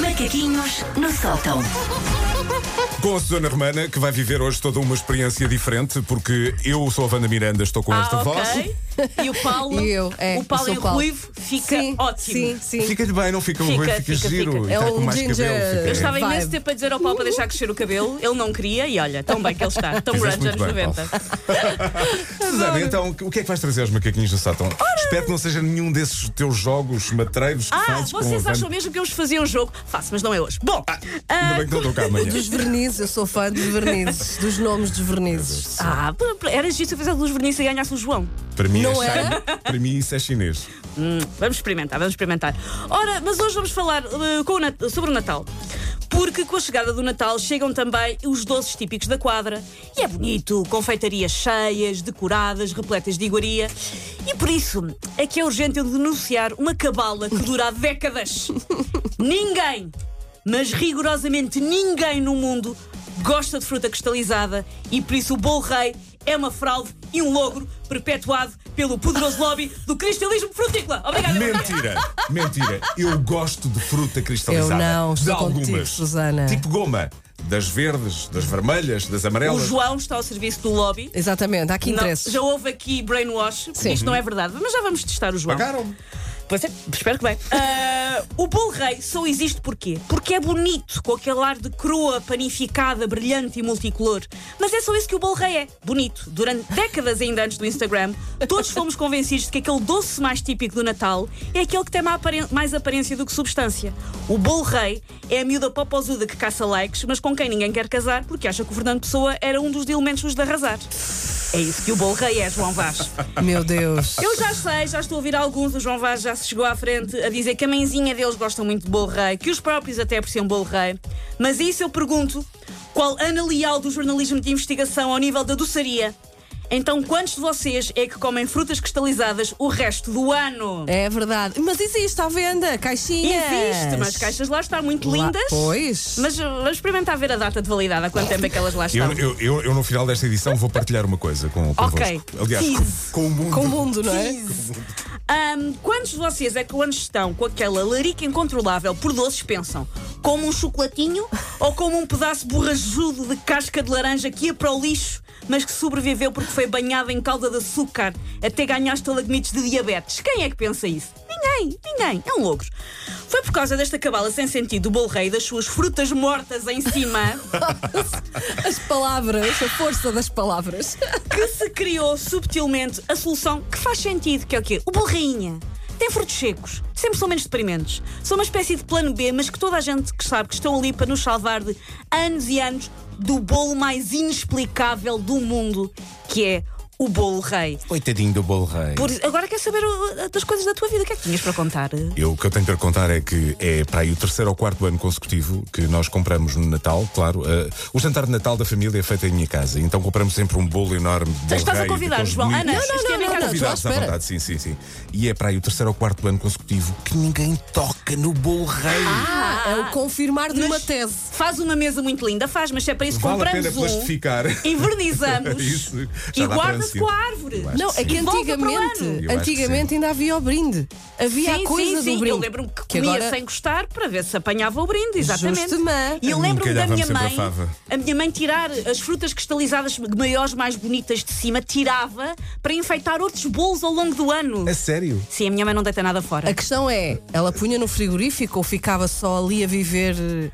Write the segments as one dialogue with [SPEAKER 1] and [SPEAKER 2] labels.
[SPEAKER 1] Macaquinhos no sótão.
[SPEAKER 2] Com a Susana Romana, que vai viver hoje toda uma experiência diferente, porque eu sou a Wanda Miranda, estou com esta voz.
[SPEAKER 3] Ah, ok. E o Paulo,
[SPEAKER 4] E eu, é,
[SPEAKER 3] o Paulo
[SPEAKER 4] sou
[SPEAKER 3] e o
[SPEAKER 4] Paulo.
[SPEAKER 3] Ruivo fica
[SPEAKER 4] sim,
[SPEAKER 3] ótimo.
[SPEAKER 4] Sim, sim.
[SPEAKER 2] Fica-lhe bem, não fica,
[SPEAKER 3] Fica,
[SPEAKER 2] bem, fica,
[SPEAKER 3] fica,
[SPEAKER 2] giro.
[SPEAKER 3] fica.
[SPEAKER 2] E
[SPEAKER 4] É
[SPEAKER 2] está com
[SPEAKER 4] um
[SPEAKER 2] mais
[SPEAKER 4] ginger.
[SPEAKER 2] cabelo.
[SPEAKER 3] Eu
[SPEAKER 2] fica-
[SPEAKER 3] estava
[SPEAKER 4] Vibe.
[SPEAKER 3] imenso tempo a dizer ao Paulo para deixar crescer o cabelo, ele não queria e olha, tão bem que ele está, tão
[SPEAKER 2] Fizeste
[SPEAKER 3] grande
[SPEAKER 2] muito
[SPEAKER 3] anos
[SPEAKER 2] bem,
[SPEAKER 3] 90.
[SPEAKER 2] Susana, então, o que é que vais trazer aos macaquinhos do Sátão? Espero que não seja nenhum desses teus jogos matreiros que
[SPEAKER 3] Ah,
[SPEAKER 2] fazes com a
[SPEAKER 3] vocês
[SPEAKER 2] Wanda.
[SPEAKER 3] acham mesmo que eu os fazia um jogo? Faço, mas não é hoje. Bom,
[SPEAKER 2] Ainda
[SPEAKER 3] ah,
[SPEAKER 2] bem que não estou cá amanhã.
[SPEAKER 4] Dos vernizes, eu sou fã dos vernizes, dos nomes dos vernizes.
[SPEAKER 3] ah, p- p- era justo eu fazer a luz verniz e ganhasse o João.
[SPEAKER 2] Para mim, é
[SPEAKER 4] Não era?
[SPEAKER 2] chinês. Para mim, isso é chinês.
[SPEAKER 3] Hum, vamos experimentar, vamos experimentar. Ora, mas hoje vamos falar eh, com o Nat- sobre o Natal. Porque com a chegada do Natal chegam também os doces típicos da quadra. E é bonito, confeitarias cheias, decoradas, repletas de iguaria. E por isso é que é urgente eu denunciar uma cabala que dura há décadas. ninguém, mas rigorosamente ninguém no mundo gosta de fruta cristalizada e por isso o bolo rei é uma fraude e um logro perpetuado pelo poderoso lobby do cristalismo frutícola. Obrigada.
[SPEAKER 2] Mentira, mentira. Eu gosto de fruta cristalizada.
[SPEAKER 4] Eu não,
[SPEAKER 2] de
[SPEAKER 4] estou
[SPEAKER 2] algumas.
[SPEAKER 4] contigo, Susana.
[SPEAKER 2] Tipo goma. Das verdes, das vermelhas, das
[SPEAKER 3] O
[SPEAKER 2] amarelas.
[SPEAKER 3] João está ao serviço do lobby.
[SPEAKER 4] Exatamente, há aqui
[SPEAKER 3] Não,
[SPEAKER 4] interesses.
[SPEAKER 3] já houve aqui brainwash, porque
[SPEAKER 4] Sim.
[SPEAKER 3] isto não é verdade, mas já vamos testar o João.
[SPEAKER 2] Pagaram-me.
[SPEAKER 3] Pois é, espero que bem. Ah, o bolo rei só existe porquê? Porque é bonito, com aquele ar de crua, panificada, brilhante e multicolor. Mas é só isso que o bolo rei é. Bonito. Durante décadas ainda antes do Instagram, todos fomos convencidos de que aquele doce mais típico do Natal é aquele que tem ma- aparen- mais aparência do que substância. O bolo rei é a miúda popozuda que caça likes, mas com quem ninguém quer casar porque acha que o Fernando Pessoa era um dos elementos de arrasar. É isso que o bolo rei é, João Vaz.
[SPEAKER 4] Meu Deus.
[SPEAKER 3] Eu já sei, já estou a ouvir alguns. O João Vaz já se chegou à frente a dizer que a mãezinha deles gosta muito de bolo rei, que os próprios até apreciam bolo rei. Mas a isso eu pergunto: qual Ana Leal do jornalismo de investigação ao nível da doçaria? Então, quantos de vocês é que comem frutas cristalizadas o resto do ano?
[SPEAKER 4] É verdade. Mas existe à venda, caixinha.
[SPEAKER 3] Existe, mas caixas lá estão muito
[SPEAKER 4] Lá-
[SPEAKER 3] lindas.
[SPEAKER 4] Pois.
[SPEAKER 3] Mas uh, vamos experimentar ver a data de validade, há quanto tempo é que elas lá
[SPEAKER 2] Eu,
[SPEAKER 3] estão.
[SPEAKER 2] eu, eu, eu, no final desta edição, vou partilhar uma coisa com o
[SPEAKER 3] Ok.
[SPEAKER 2] Aliás, com,
[SPEAKER 3] Tease.
[SPEAKER 2] com o mundo.
[SPEAKER 4] Com o mundo, não é?
[SPEAKER 3] Ahm, quantos de vocês é que quando estão com aquela larica incontrolável por doces pensam como um chocolatinho ou como um pedaço borrajudo de casca de laranja que ia para o lixo, mas que sobreviveu porque foi banhada em calda de açúcar até ganhar estalagmites de diabetes? Quem é que pensa isso? Ninguém, ninguém, é um logro. Foi por causa desta cabala sem sentido do bolo rei e das suas frutas mortas em cima
[SPEAKER 4] As palavras, a força das palavras.
[SPEAKER 3] que se criou subtilmente a solução que faz sentido, que é o quê? O borrainha. Tem frutos secos, sempre são menos deprimentes. São uma espécie de plano B, mas que toda a gente que sabe que estão ali para nos salvar de anos e anos do bolo mais inexplicável do mundo, que é o bolo rei.
[SPEAKER 2] Coitadinho do bolo rei.
[SPEAKER 3] Por- agora quero saber uh, das coisas da tua vida, o que é que tinhas para contar?
[SPEAKER 2] Eu, o que eu tenho para contar é que é para aí o terceiro ou quarto ano consecutivo que nós compramos no Natal, claro. eh, o jantar de Natal da família é feito em minha casa, então compramos sempre um bolo enorme de bolo
[SPEAKER 3] Estás a
[SPEAKER 2] rei,
[SPEAKER 3] convidar,
[SPEAKER 2] daqueles
[SPEAKER 3] João.
[SPEAKER 2] bonitos.
[SPEAKER 3] Ana,
[SPEAKER 4] Não, não,
[SPEAKER 3] isto é a minha
[SPEAKER 4] não,
[SPEAKER 3] casa.
[SPEAKER 4] não, Estou à
[SPEAKER 2] Convidados à
[SPEAKER 4] espera.
[SPEAKER 2] vontade, sim, sim, sim. E é para aí o terceiro ou quarto ano consecutivo que ninguém toca no bolo rei.
[SPEAKER 4] Ah, é o confirmar de
[SPEAKER 3] Mas
[SPEAKER 4] uma tese.
[SPEAKER 3] Faz uma mesa muito linda, faz, mas se é para isso
[SPEAKER 2] Vale a
[SPEAKER 3] compramos
[SPEAKER 2] pena
[SPEAKER 3] um,
[SPEAKER 2] plastificar.
[SPEAKER 3] envernizamos
[SPEAKER 2] Isso, já
[SPEAKER 3] e
[SPEAKER 2] dá para
[SPEAKER 3] guarda-se
[SPEAKER 2] seguir.
[SPEAKER 3] com a árvore.
[SPEAKER 2] Eu acho
[SPEAKER 4] Não,
[SPEAKER 2] que
[SPEAKER 4] é que
[SPEAKER 3] sim. Volta para o ano.
[SPEAKER 4] antigamente,
[SPEAKER 2] Eu acho que
[SPEAKER 4] antigamente ainda havia o brinde. Havia
[SPEAKER 3] sim,
[SPEAKER 4] a coisa
[SPEAKER 3] sim, sim.
[SPEAKER 4] do brinde.
[SPEAKER 3] Eu lembro-me que, comia
[SPEAKER 4] agora-
[SPEAKER 3] sem gostar para ver se apanhava o brinde, exatamente.
[SPEAKER 4] Justement.
[SPEAKER 3] E eu
[SPEAKER 2] A mim
[SPEAKER 3] lembro-me da
[SPEAKER 2] calhava-me
[SPEAKER 3] minha
[SPEAKER 2] Hum, sempre a
[SPEAKER 3] mãe,
[SPEAKER 2] fava.
[SPEAKER 3] a minha mãe tirar as frutas cristalizadas maiores, mais bonitas de cima, tirava para enfeitar outros bolos ao longo do ano.
[SPEAKER 2] A sério?
[SPEAKER 3] Sim, a minha mãe não deita nada fora.
[SPEAKER 4] A questão é, ela punha no frigorífico ou ficava só ali a viver? eh,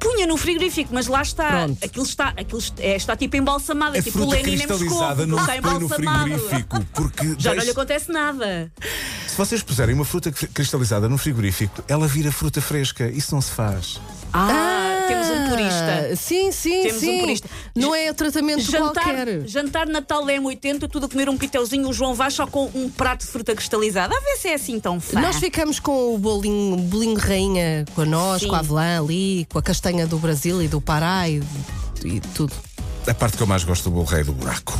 [SPEAKER 3] Punha no frigorífico, mas lá está.
[SPEAKER 4] Pronto.
[SPEAKER 3] Aquilo está, aquilo est- é, está tipo embalsamado, é
[SPEAKER 2] A
[SPEAKER 3] tipo o
[SPEAKER 2] fruta
[SPEAKER 3] Lenin em
[SPEAKER 2] cristalizada
[SPEAKER 3] Moscou,
[SPEAKER 2] não
[SPEAKER 3] está
[SPEAKER 2] se põe no
[SPEAKER 3] embalsamado.
[SPEAKER 2] frigorífico porque
[SPEAKER 3] Já não lhe
[SPEAKER 2] deixa-
[SPEAKER 3] acontece nada.
[SPEAKER 2] se vocês puserem uma fruta cri- cristalizada no frigorífico, ela vira fruta fresca. Isso não se faz.
[SPEAKER 3] Ah, temos um purista.
[SPEAKER 4] Ah, Sim, sim,
[SPEAKER 3] Temos um
[SPEAKER 4] sim.
[SPEAKER 3] purista.
[SPEAKER 4] Não é o tratamento
[SPEAKER 3] Jantar,
[SPEAKER 4] qualquer.
[SPEAKER 3] jantar de Natal é 80, tudo a comer um piteuzinho, o João vai só com um prato de fruta cristalizada. A ver se é assim tão fã.
[SPEAKER 4] Nós ficamos com o bolinho, bolinho de rainha, com a noz,
[SPEAKER 3] Sim.
[SPEAKER 4] com a avelã ali, com a castanha do Brasil e do Pará e, de- e tudo.
[SPEAKER 2] A parte que eu mais gosto do bolo rei é do buraco.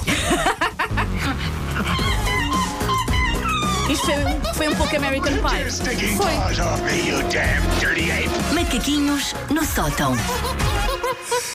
[SPEAKER 3] Isto foi, foi um pouco American Pie.
[SPEAKER 5] Your stinking paws off me, you damn dirty ape!
[SPEAKER 1] Macaquinhos no sótão.